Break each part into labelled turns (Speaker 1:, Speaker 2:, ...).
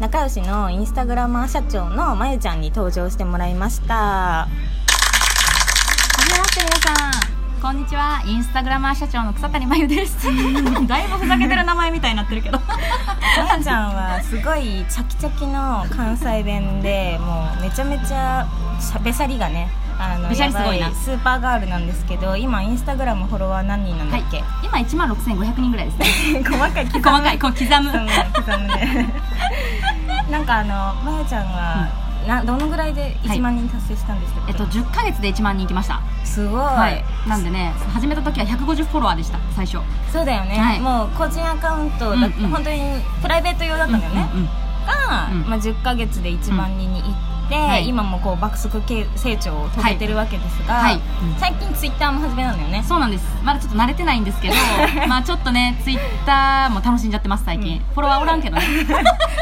Speaker 1: 仲良しのインスタグラマー社長のまゆちゃんに登場してもらいました
Speaker 2: はじめまして皆さんこんにちはインスタグラマー社長の草谷真由です だいぶふざけてる名前みたいになってるけど
Speaker 1: まゆちゃんはすごいチャキチャキの関西弁でもうめちゃめちゃしゃべしゃりがねあの
Speaker 2: べしゃりすごいな
Speaker 1: やばスーパーガールなんですけど今インスタグラムフォロワー何人なんだっけ、
Speaker 2: 今1万6500人ぐらいです ね
Speaker 1: 細かい刻
Speaker 2: 細
Speaker 1: む
Speaker 2: かいこう刻む
Speaker 1: 刻む刻 むねなんかあのまゆちゃんは、などのぐらいで1万人達成したんでしたっ
Speaker 2: え
Speaker 1: け、
Speaker 2: っと10ヶ月で1万人いきました
Speaker 1: すごい、
Speaker 2: はいなんでね始めた時は150フォロワーでした最初
Speaker 1: そうだよね、
Speaker 2: はい
Speaker 1: もう個人アカウントだ、
Speaker 2: うんうん
Speaker 1: 本当にプライベート用だったんだよね、
Speaker 2: うんうんうん
Speaker 1: が、
Speaker 2: うん
Speaker 1: まあ、10ヶ月で1万人に行って、
Speaker 2: はい
Speaker 1: 今もこう爆速け成長を遂げてるわけですが、
Speaker 2: はいはい
Speaker 1: 最近ツイッターも始めなんだよね
Speaker 2: そうなんですまだちょっと慣れてないんですけ どまあちょっとねツイッターも楽しんじゃってます最近、
Speaker 1: うん
Speaker 2: フォロワーおらんけどね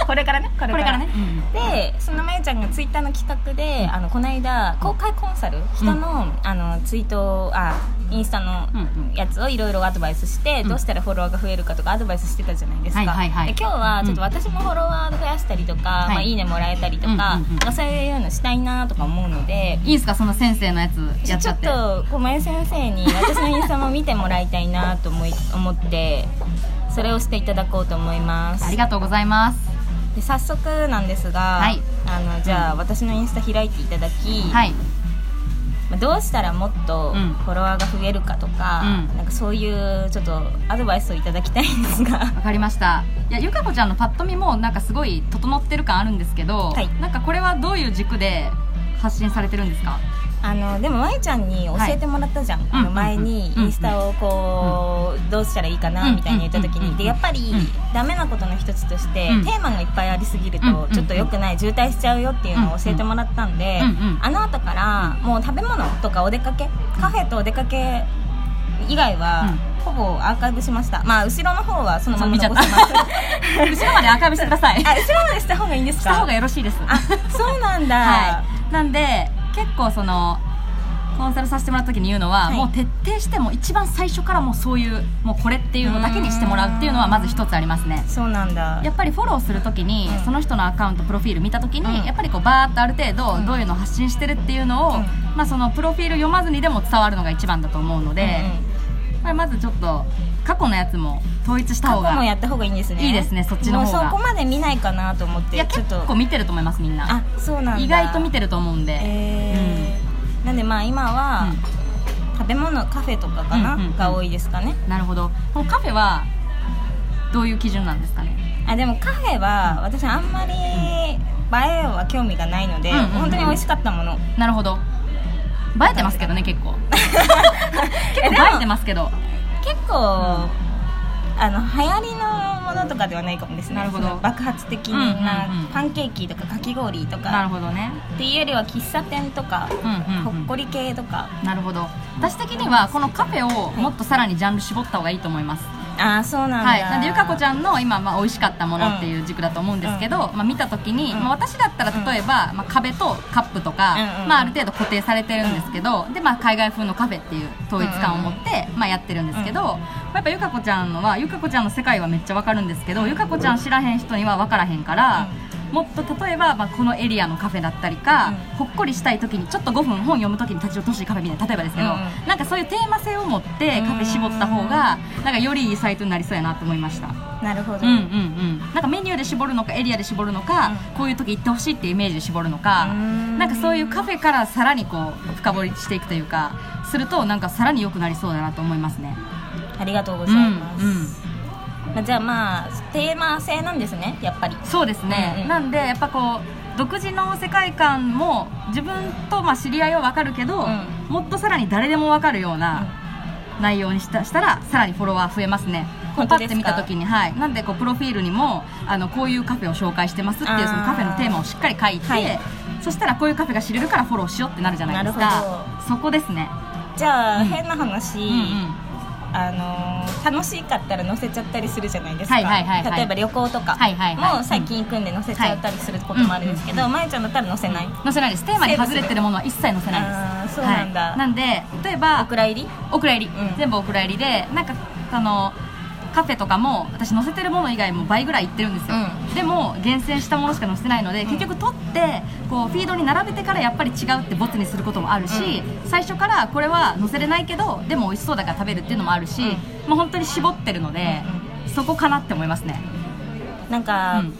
Speaker 1: これからね こ
Speaker 2: これからね、うん
Speaker 1: でそのまゆちゃんがツイッターの企画で、あのこの間公開コンサル人の,、あのツイートをあインスタの
Speaker 2: うんうん
Speaker 1: やつをいろいろアドバイスして、
Speaker 2: うん
Speaker 1: どうしたらフォロワーが増えるかとかアドバイスしてたじゃないですか、
Speaker 2: はいはいは
Speaker 1: で
Speaker 2: い
Speaker 1: 今日はちょっと私もフォロワー増やしたりとか、
Speaker 2: うん
Speaker 1: まあ、
Speaker 2: はい
Speaker 1: いいねもらえたりとか,、
Speaker 2: うんうんうん
Speaker 1: なんかそういうのしたいなとか思うので。
Speaker 2: いいんすかその先生のやつ
Speaker 1: ち
Speaker 2: や
Speaker 1: ょ
Speaker 2: っちゃ
Speaker 1: っ
Speaker 2: って
Speaker 1: と小林先生に私のインスタも見てもらいたいなと思い思ってそれをしていただこうと思います
Speaker 2: ありがとうございます
Speaker 1: で早速なんですが、
Speaker 2: はい
Speaker 1: あのじゃあ私のインスタ開いていただき、
Speaker 2: はい
Speaker 1: まあどうしたらもっと
Speaker 2: うん
Speaker 1: フォロワーが増えるかとか,、
Speaker 2: うん
Speaker 1: なんかそういうちょっとアドバイスをいただきたいんですが
Speaker 2: わかりましたいやゆかこちゃんのパッと見もなんかすごい整ってる感あるんですけど、
Speaker 1: はい
Speaker 2: なんかこれはどういう軸で発信されてるんですか
Speaker 1: あのでもまゆちゃんに教えてもらったじゃん、
Speaker 2: い
Speaker 1: あの
Speaker 2: うん
Speaker 1: 前にインスタをこう、どうしたらいいかな
Speaker 2: うん
Speaker 1: みたいに言った時に、
Speaker 2: うん
Speaker 1: でやっぱり
Speaker 2: うん
Speaker 1: ダメなことの一つとして、
Speaker 2: うん
Speaker 1: テーマがいっぱいありすぎる
Speaker 2: うん
Speaker 1: とちょっと良くない渋滞しちゃうよっていうのを教えてもらったんで、
Speaker 2: うんうん
Speaker 1: あの後からもう食べ物とかお出かけカフェとお出かけ以外は、ほぼアーカイブしましたまあ後ろの方はそのまま残します
Speaker 2: 後ろまでアーカイブしてくだ さいし
Speaker 1: あ後ろまでした方がいいんですか
Speaker 2: た方がよろしいです
Speaker 1: あそうなんだ、
Speaker 2: はいなんで結構そのコンサルさせてもらった時に言うのは、
Speaker 1: はい
Speaker 2: もう徹底してもう一番最初からもうそういうもうこれっていうのだけにしてもらうっていうのはまず一つありますね
Speaker 1: そうなんだ
Speaker 2: やっぱりフォローするときに、
Speaker 1: うん
Speaker 2: その人のアカウントプロフィール見たときに、
Speaker 1: うん
Speaker 2: やっぱりこうバーッとある程
Speaker 1: う
Speaker 2: 度
Speaker 1: ん
Speaker 2: どういうのを発信してるっていうのを、
Speaker 1: うん
Speaker 2: まあ、そのプロフィール読まずにでも伝わるのが一番だと思うので、まあまずちょっと過去のやつも統一した
Speaker 1: 過
Speaker 2: 方
Speaker 1: 去も
Speaker 2: が
Speaker 1: やった方がいいんですね
Speaker 2: いいですねそっちの方が
Speaker 1: もうそこまで見ないかなと思って
Speaker 2: いや
Speaker 1: ちょ
Speaker 2: 結
Speaker 1: っと
Speaker 2: 構見てると思いますみんな
Speaker 1: あそうなんだ
Speaker 2: 意外と見てると思うんで、
Speaker 1: えーなんでまあ今は、食べ物カフェとかかな、
Speaker 2: うんうんうん
Speaker 1: が多いですかね
Speaker 2: うんなるほどこのカフェはどういう基準なんですかね
Speaker 1: あでもカフェは私あんまり映えは興味がないので、
Speaker 2: うんうんうん
Speaker 1: 本当に美味しかったもの
Speaker 2: なるほど映えてますけどね 結構結
Speaker 1: でも
Speaker 2: 構映えてますけど
Speaker 1: 結構、あの流行りのものとかではないかもですね
Speaker 2: なるほど
Speaker 1: その爆発的に
Speaker 2: うんうんうん
Speaker 1: なパンケーキとかかき氷と
Speaker 2: な
Speaker 1: か
Speaker 2: るほどね
Speaker 1: っていうよりは喫茶店とか、
Speaker 2: うんうん、
Speaker 1: ほ
Speaker 2: うん
Speaker 1: っこり系とか
Speaker 2: なるほど私的にはこのカフェをもっとさらにジャンル絞った方がいいと思います、は
Speaker 1: ああそうなんだ、
Speaker 2: いなんでゆかこち
Speaker 1: ゃん
Speaker 2: ゃんの今、まあ、美味しかったものっていう軸だと思うんですけど、まあ、見た時に、
Speaker 1: うん
Speaker 2: まあ、私だったら例えば、まあ、壁とカップとか、
Speaker 1: うんうん
Speaker 2: まあ、ある程度固定されてるんですけど、でまあ、海外風のカフェっていう統一感を持って、まあ、やってるんですけど、まあやっぱゆかこちゃんのはゆかこちゃんの世界はめっちゃわかるんですけどゆかこちゃん知らへん人には分からへんから。もっと例えば、まあ、このエリアのカフェだったりか、ほっこりしたい時にちょっと5分本読む時に立ち寄ってほしいカフェみたいな例えばですけど、
Speaker 1: うんうん
Speaker 2: なんかそういうテーマ性を持ってカフェ絞った方がなんかよりいいサイトになりそうやなと思いました
Speaker 1: なるほど、
Speaker 2: うんうんうんなんかメニューで絞るのかエリアで絞るのか、
Speaker 1: う
Speaker 2: こういう時行ってほしいっていうイメージで絞るのか、
Speaker 1: うん
Speaker 2: なんかそういうカフェからさらにこう深掘りしていくというかするとなんかさらに良くなりそうだなと思いますね
Speaker 1: ありがとうございます、
Speaker 2: うんうん
Speaker 1: まあ、じゃあまあテーマ性なんですねやっぱり
Speaker 2: そうですね、
Speaker 1: うんうん
Speaker 2: なんでやっぱこう独自の世界観も自分とまあ知り合いは分かるけど、
Speaker 1: うん
Speaker 2: もっとさらに誰でも分かるような内容にしたしたらさらにフォロワー増えますねこう
Speaker 1: 本
Speaker 2: パ
Speaker 1: 当で
Speaker 2: ッ
Speaker 1: すか
Speaker 2: て見た時に、はい、なんでこうプロフィールにもあのこういうカフェを紹介してますって
Speaker 1: あ
Speaker 2: いう
Speaker 1: ー
Speaker 2: そのカフェのテーマをしっかり書いて、
Speaker 1: はい
Speaker 2: そしたらこういうカフェが知れるからフォローしようってなるじゃないです
Speaker 1: なる
Speaker 2: かそこですね、
Speaker 1: じゃあ、
Speaker 2: うん
Speaker 1: 変な話、
Speaker 2: うんうん
Speaker 1: あのー楽しかったら載せちゃったりするじゃないですか、
Speaker 2: はいはいはいはい
Speaker 1: 例えば旅行とか
Speaker 2: はいはいはい
Speaker 1: もう最近行くんで載せちゃったりすることもあるんですけど、
Speaker 2: は
Speaker 1: まゆちゃんだったら載せない、
Speaker 2: 載せないですテーマに外れてるものは一切載せないです
Speaker 1: あーそうなんだ
Speaker 2: はいなんで例えば
Speaker 1: お蔵入り
Speaker 2: お蔵入り、
Speaker 1: うん
Speaker 2: 全部お蔵入りでなんかあのカフェとかも私載せてるもの以外も倍ぐらい行ってるんですよ、
Speaker 1: う
Speaker 2: でも厳選したものしか載せてないので、
Speaker 1: ん
Speaker 2: 結局取ってこうフィードに並べてからやっぱり違うってボツにすることもあるし、最初からこれは載せれないけどでも美味しそうだから食べるっていうのもあるし、
Speaker 1: うん
Speaker 2: もう本当に絞ってるので、そこかなって思いますね、
Speaker 1: なん
Speaker 2: う
Speaker 1: か、
Speaker 2: ん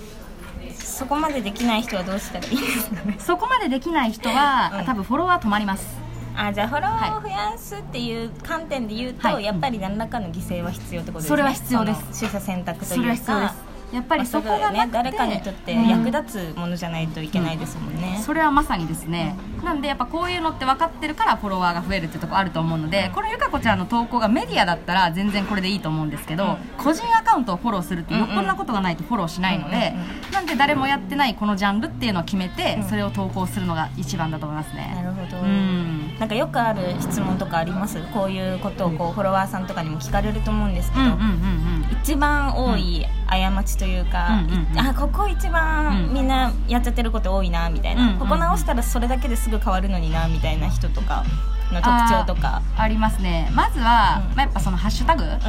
Speaker 1: そこまでできない人はどうしたらいいですかね
Speaker 2: そこまでできない人は、
Speaker 1: うん
Speaker 2: 多分フォロワー止まります
Speaker 1: あじゃあフォロワーを増やすっていう観点で言うと、
Speaker 2: はい
Speaker 1: やっぱり何らかの犠牲は必要ってことですね
Speaker 2: それは必要です
Speaker 1: その取捨選択と
Speaker 2: そ
Speaker 1: いうか
Speaker 2: れは必要ですやっぱりそこがなくて、
Speaker 1: まあそれはね、誰かにとって役立つものじゃないといけないですもんね、
Speaker 2: それはまさにですねなんでやっぱこういうのって分かってるからフォロワーが増えるってとこあると思うのでこのゆかこちゃんの投稿がメディアだったら全然これでいいと思うんですけど、
Speaker 1: うん
Speaker 2: 個人アカウントをフォローするってよっぽどなことがないとフォローしないので、なんで誰もやってないこのジャンルっていうのを決めて、
Speaker 1: うん
Speaker 2: それを投稿するのが一番だと思いますね
Speaker 1: なるほど、
Speaker 2: うん
Speaker 1: なんかよくある質問とかありますこういうことをこうフォロワーさんとかにも聞かれると思うんですけ
Speaker 2: う
Speaker 1: ど、
Speaker 2: んうんうんうん
Speaker 1: 一番多い過ちというか、
Speaker 2: うんうんうん
Speaker 1: あここ一番
Speaker 2: うん
Speaker 1: みんなやっちゃってること多いなみたいな、
Speaker 2: うんうん
Speaker 1: ここ直したらそれだけですぐ変わるのになみたいな人とかの特徴とか
Speaker 2: ありますねまずは、
Speaker 1: うん
Speaker 2: まあ、やっぱそのハッシュタグ、
Speaker 1: うんうんうん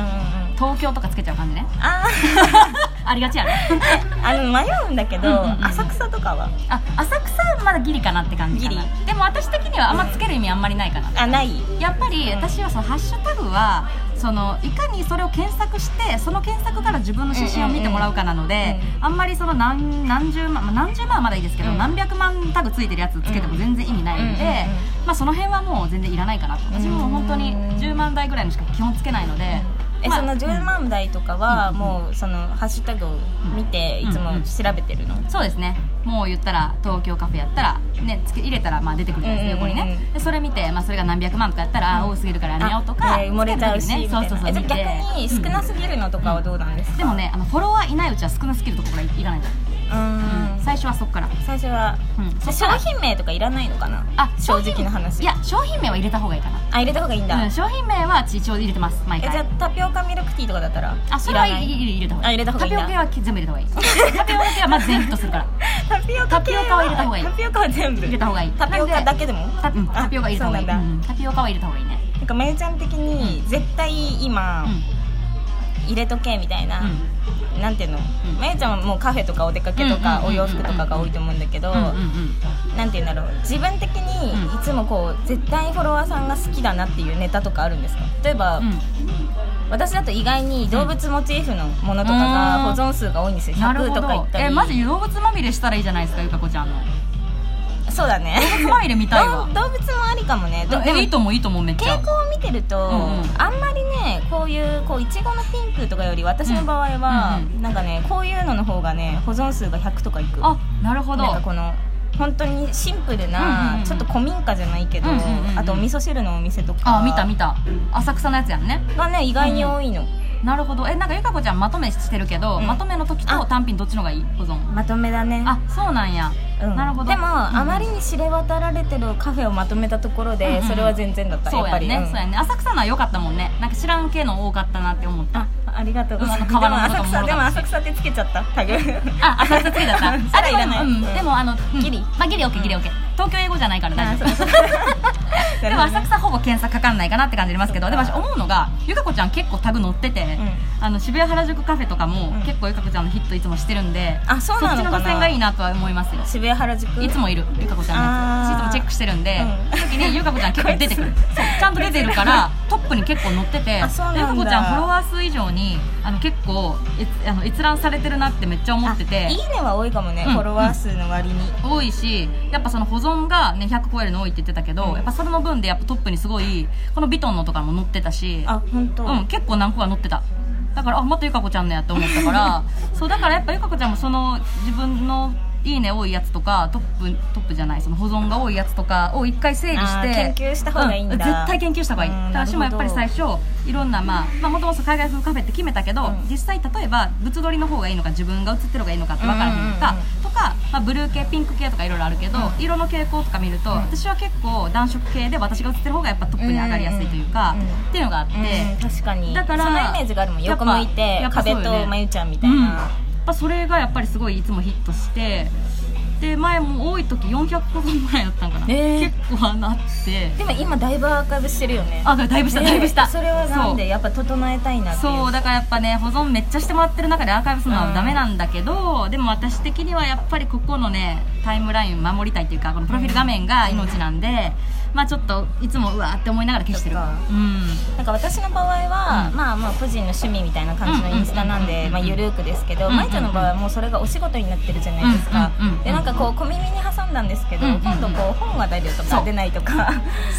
Speaker 2: 東京とかつけちゃう感じね
Speaker 1: あ
Speaker 2: ありがちやね
Speaker 1: ー あの迷うんだけど、
Speaker 2: うんうんうん
Speaker 1: 浅草とかは
Speaker 2: あ浅草はまだギリかなって感じかな
Speaker 1: ギ
Speaker 2: でも私的にはあんまつける意味あんまりないかな
Speaker 1: あない
Speaker 2: やっぱり
Speaker 1: うん
Speaker 2: 私はそのハッシュタグはそのいかにそれを検索してその検索から自分の写真を見てもらうかなので、
Speaker 1: うんうん
Speaker 2: あんまりその何何十万、まあ、何十万はまだいいですけど、
Speaker 1: うん
Speaker 2: 何百万タグついてるやつつけても全然意味ないので、
Speaker 1: うんうんうん
Speaker 2: まあ、その辺はもう全然いらないかなと私も本当に10万台ぐらいのしか基本つけないので、
Speaker 1: え
Speaker 2: まあ
Speaker 1: その10万台とかはもうそのハッシュタグを見ていつも調べてるの、
Speaker 2: そうですねもう言ったら東京カフェやったら、ね、つけ入れたらまあ出てくるじゃないですか、
Speaker 1: うんうんうん
Speaker 2: 横にねでそれ見て、まあ、それが何百万とかやったら、あ多すぎるからやめようとか、
Speaker 1: あえー埋もれちゃうし、
Speaker 2: つけ
Speaker 1: み
Speaker 2: る時
Speaker 1: た
Speaker 2: ね、
Speaker 1: い
Speaker 2: そうそうそ
Speaker 1: な
Speaker 2: う
Speaker 1: えじ
Speaker 2: 見て
Speaker 1: ゃあ逆に少
Speaker 2: うん
Speaker 1: なすぎるのとかはどうなんですか、
Speaker 2: でもねあのフォロワーいないうちは少なすぎるところからいらないから、
Speaker 1: うーん
Speaker 2: 最初はそこから、
Speaker 1: 最初は
Speaker 2: うん、そっ
Speaker 1: 商
Speaker 2: から
Speaker 1: 品名とかいらないのかな
Speaker 2: あ
Speaker 1: 正
Speaker 2: 商
Speaker 1: 直
Speaker 2: 品
Speaker 1: な話
Speaker 2: いや商品名は入れた方がいいかな、
Speaker 1: あ入れた方がいいんだ、
Speaker 2: うん、商品名は一応入れてます毎
Speaker 1: えじゃあ
Speaker 2: 回
Speaker 1: タピオカミルクティーとかだったら
Speaker 2: あそれはい
Speaker 1: らない
Speaker 2: 入れ入れた方がいい
Speaker 1: あ入れた方がいいんだ
Speaker 2: タピオカは全部入れた方がいいタピオカ系はまず全部ヒットするから
Speaker 1: タピオカ系
Speaker 2: タピオカは入れた方がいい
Speaker 1: タピオカは全部
Speaker 2: 入れた方がいい
Speaker 1: タピオカだけでも
Speaker 2: タ,、うん、
Speaker 1: あ
Speaker 2: タピオカ入れた方がいい
Speaker 1: そうなんだ
Speaker 2: うんタピオカは入れた方がいいね、
Speaker 1: なんかまゆちゃん的に絶対今入れとけみたいな、
Speaker 2: うんうん
Speaker 1: なんていうの、
Speaker 2: ん
Speaker 1: まゆちゃんはもうカフェとかお出かけとか、
Speaker 2: うんうんうんうん
Speaker 1: お洋服とかが多いと思うんだけど、
Speaker 2: うんうんうん
Speaker 1: なんていうんだろう自分的に
Speaker 2: うん
Speaker 1: いつもこう絶対フォロワーさんが好きだなっていうネタとかあるんですか例えば、
Speaker 2: う
Speaker 1: 私だと意外に動物モチーフのものとかが
Speaker 2: う
Speaker 1: 保
Speaker 2: ん
Speaker 1: 存数が多いんですよ
Speaker 2: ん、なる
Speaker 1: 100
Speaker 2: ほ
Speaker 1: とかいっ
Speaker 2: ど
Speaker 1: たり
Speaker 2: えまず動物まみれしたらいいじゃないですかゆかこちゃんの
Speaker 1: そうだ ね
Speaker 2: 動物まみれ見たいわ
Speaker 1: 動動物もありかもねど
Speaker 2: えいいと思ういいと思うめっちゃ
Speaker 1: 傾向を見てると、
Speaker 2: んうん
Speaker 1: あんまりねこういうこういちごのピンクとかより私の場合は、
Speaker 2: うんうん
Speaker 1: なんかねこういうのの方がね保存数が100とかいく
Speaker 2: あなるほど
Speaker 1: なんかこの本当にシンプルな、
Speaker 2: うんうんうん
Speaker 1: ちょっと古民家じゃないけど、
Speaker 2: うんうんうんうん
Speaker 1: あとお味噌汁のお店とか
Speaker 2: あ見た見た浅草のやつやんね
Speaker 1: がね意外に多いの、
Speaker 2: なるほどえなんかゆかこちゃんまとめしてるけど、
Speaker 1: うん
Speaker 2: まとめの時と
Speaker 1: あ
Speaker 2: 単品どっちの方がいい保存
Speaker 1: まとめだね
Speaker 2: あそうなんや
Speaker 1: うん
Speaker 2: なるほど
Speaker 1: でも、
Speaker 2: うん
Speaker 1: あまりに知れ渡られてるカフェをまとめたところで、
Speaker 2: うんうん
Speaker 1: それは全然だった
Speaker 2: そう
Speaker 1: やっ
Speaker 2: や
Speaker 1: ぱり
Speaker 2: ね、
Speaker 1: ん
Speaker 2: そうやね浅草のは良かったもんねなんか知らん系の多かったなって思った
Speaker 1: あありがとうございます
Speaker 2: うんあの
Speaker 1: でも浅
Speaker 2: 瓦
Speaker 1: 草
Speaker 2: の
Speaker 1: でも
Speaker 2: と
Speaker 1: 浅草ってつけちゃったタグ
Speaker 2: あ浅草つけちゃった
Speaker 1: それいらない
Speaker 2: あでもうん
Speaker 1: うん
Speaker 2: でもあの、うん
Speaker 1: ギリ
Speaker 2: まあギリオッケーギリオッケー東京英語じゃないから大丈夫
Speaker 1: あそう
Speaker 2: でも浅草ほぼ検索かかんないかなって感じありますけど
Speaker 1: そう
Speaker 2: でも
Speaker 1: か
Speaker 2: 私思うのがゆかこちゃん結構タグ乗ってて、あの渋谷原宿カフェとかも、
Speaker 1: うん
Speaker 2: 結構ゆかこちゃんのヒットいつもしてるんで
Speaker 1: あそうなのかな
Speaker 2: そっちの路線がいいなとは思いますよ
Speaker 1: 渋谷原宿
Speaker 2: いつもいるゆかこちゃんのやついつ
Speaker 1: あー
Speaker 2: もチェックしてるんで、
Speaker 1: うん
Speaker 2: 時にゆかこちゃん結構出てく るそうちゃんと出てるからトップに結構載ってて
Speaker 1: あそうなんだ
Speaker 2: ゆかこちゃんフォロワー数以上にあの結構えあの閲覧されてるなってめっちゃ思ってて
Speaker 1: あいいねは多いかもね、
Speaker 2: うん
Speaker 1: フォロワー数の割に、
Speaker 2: 多いしやっぱその保存が、ね、100超えるの多いって言ってたけど、
Speaker 1: うん
Speaker 2: やっぱそれの分でやっぱトップにすごいこのビトンのとかも載ってたし
Speaker 1: あ本当、
Speaker 2: うん、結構何個か載ってただからあまたゆかこちゃんのやと思ったから そうだからやっぱゆかこちゃんもその自分の「いいね」多いやつとかトップトップじゃないその保存が多いやつとかを一回整理し
Speaker 1: あ
Speaker 2: て
Speaker 1: ー研究した方がいいんだ
Speaker 2: う絶対研究した方がいい
Speaker 1: うん
Speaker 2: だから私もやっぱり
Speaker 1: なる
Speaker 2: 最初いろんなまあまあもともと海外風カフェって決めたけど、
Speaker 1: うん
Speaker 2: 実際例えば物撮りの方がいいのか自分が写ってる方がいいのかって分からへんのか、
Speaker 1: うんうんうん
Speaker 2: とか、まあ、ブルー系ピンク系とかいろいろあるけど、
Speaker 1: う
Speaker 2: 色の傾向とか見ると、
Speaker 1: うん
Speaker 2: 私は結構暖色系で私が写ってる方がやっぱトップに上がりやすいというか、
Speaker 1: うんうんうん
Speaker 2: っていうのがあって。
Speaker 1: うん確かに
Speaker 2: だから
Speaker 1: そのイメージがあるもん
Speaker 2: やっ
Speaker 1: 横
Speaker 2: ぱ
Speaker 1: 向いて
Speaker 2: やっぱそう
Speaker 1: 壁
Speaker 2: よね
Speaker 1: とまゆちゃんみた
Speaker 2: う
Speaker 1: い
Speaker 2: ん、や
Speaker 1: な、
Speaker 2: っぱそれがやっぱりすごいいつもヒットしてで前も多い時400個分ぐらいだったんかな、
Speaker 1: えー
Speaker 2: 結構なって
Speaker 1: でも今だいぶアーカイブしてるよね
Speaker 2: あだいぶしただいぶした
Speaker 1: それはなんでやっぱ整えたいなってい
Speaker 2: そうだからやっぱね保存めっちゃしてもらってる中でアーカイブするのはダメなんだけど、でも私的にはやっぱりここのねタイムライン守りたいっていうかこのプロフィール画面が命なんで、まあちょっといつもうわーって思いながら消してる
Speaker 1: そっか
Speaker 2: うん
Speaker 1: なんか私の場合は、
Speaker 2: うん
Speaker 1: まあまあ個人の趣味みたいな感じのインスタなん
Speaker 2: うんうんうんう
Speaker 1: で、
Speaker 2: ん
Speaker 1: まあ、緩くですけど、
Speaker 2: うんうんうん
Speaker 1: まいちゃんの場合はもうそれがお仕事になってるじゃないですか、
Speaker 2: うんうんうんうん
Speaker 1: でなんかこう小耳に挟んだんですけど、
Speaker 2: うんうんうん
Speaker 1: 今度こう本が出ると
Speaker 2: そ
Speaker 1: か
Speaker 2: う
Speaker 1: 出ないとか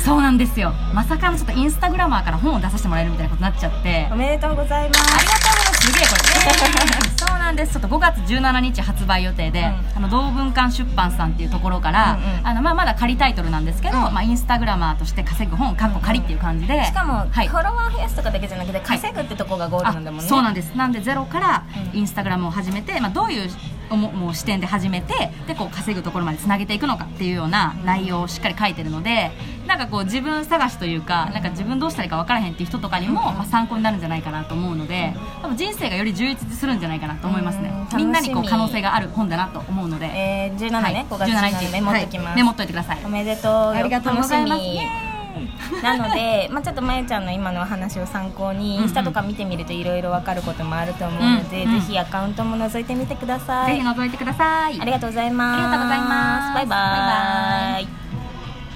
Speaker 2: そうなんですよまさかのちょっとインスタグラマーから本を出させてもらえるみたいなことになっちゃって
Speaker 1: おめでとうございま
Speaker 2: あり
Speaker 1: す
Speaker 2: がとうございます。すげえこれ。そうなんです。ちょっと5月17日発売予定で、
Speaker 1: うん
Speaker 2: あの同文館出版さんっていうところから、
Speaker 1: うんうん
Speaker 2: あのまあまだ仮タイトルなんですけど、
Speaker 1: うん
Speaker 2: まあインスタグラマーとして稼ぐ本、かっこ仮っていう感じで。
Speaker 1: しかも、
Speaker 2: はい
Speaker 1: フ。ォロワー増やすとかだけじゃなくて稼ぐってとこがゴールなんだもんね、
Speaker 2: あそうなんですなんでゼロから
Speaker 1: うん
Speaker 2: インスタグラムを始めて、まあ、どういう思もう視点で始めてでこう稼ぐところまでつなげていくのかっていうような内容をしっかり書いてるのでなんかこう自分探しというかなんか自分どうしたらいいか分からへんっていう人とかにも、まあ、参考になるんじゃないかなと思うので多分人生がより充実するんじゃないかなと思います
Speaker 1: う
Speaker 2: ね
Speaker 1: ん楽しみ
Speaker 2: みんなにこう可能性がある本だなと思うので、
Speaker 1: えー、17ね、
Speaker 2: はい
Speaker 1: 5月17日メモっときます、
Speaker 2: はいメモっといてください
Speaker 1: おめでとう
Speaker 2: ありがとうございま
Speaker 1: 楽
Speaker 2: す
Speaker 1: しみ
Speaker 2: イエ
Speaker 1: なので、まあ、ちょっとまゆちゃんの今のお話を参考に
Speaker 2: うんうん
Speaker 1: インスタとか見てみるといろいろわかることもあると思うので、
Speaker 2: うんうん
Speaker 1: ぜひアカウントも覗いてみてくださ
Speaker 2: ぜ
Speaker 1: い
Speaker 2: ひ覗いてください
Speaker 1: ありがとうございます
Speaker 2: ありがとうございます
Speaker 1: バイバ
Speaker 2: バ
Speaker 1: イ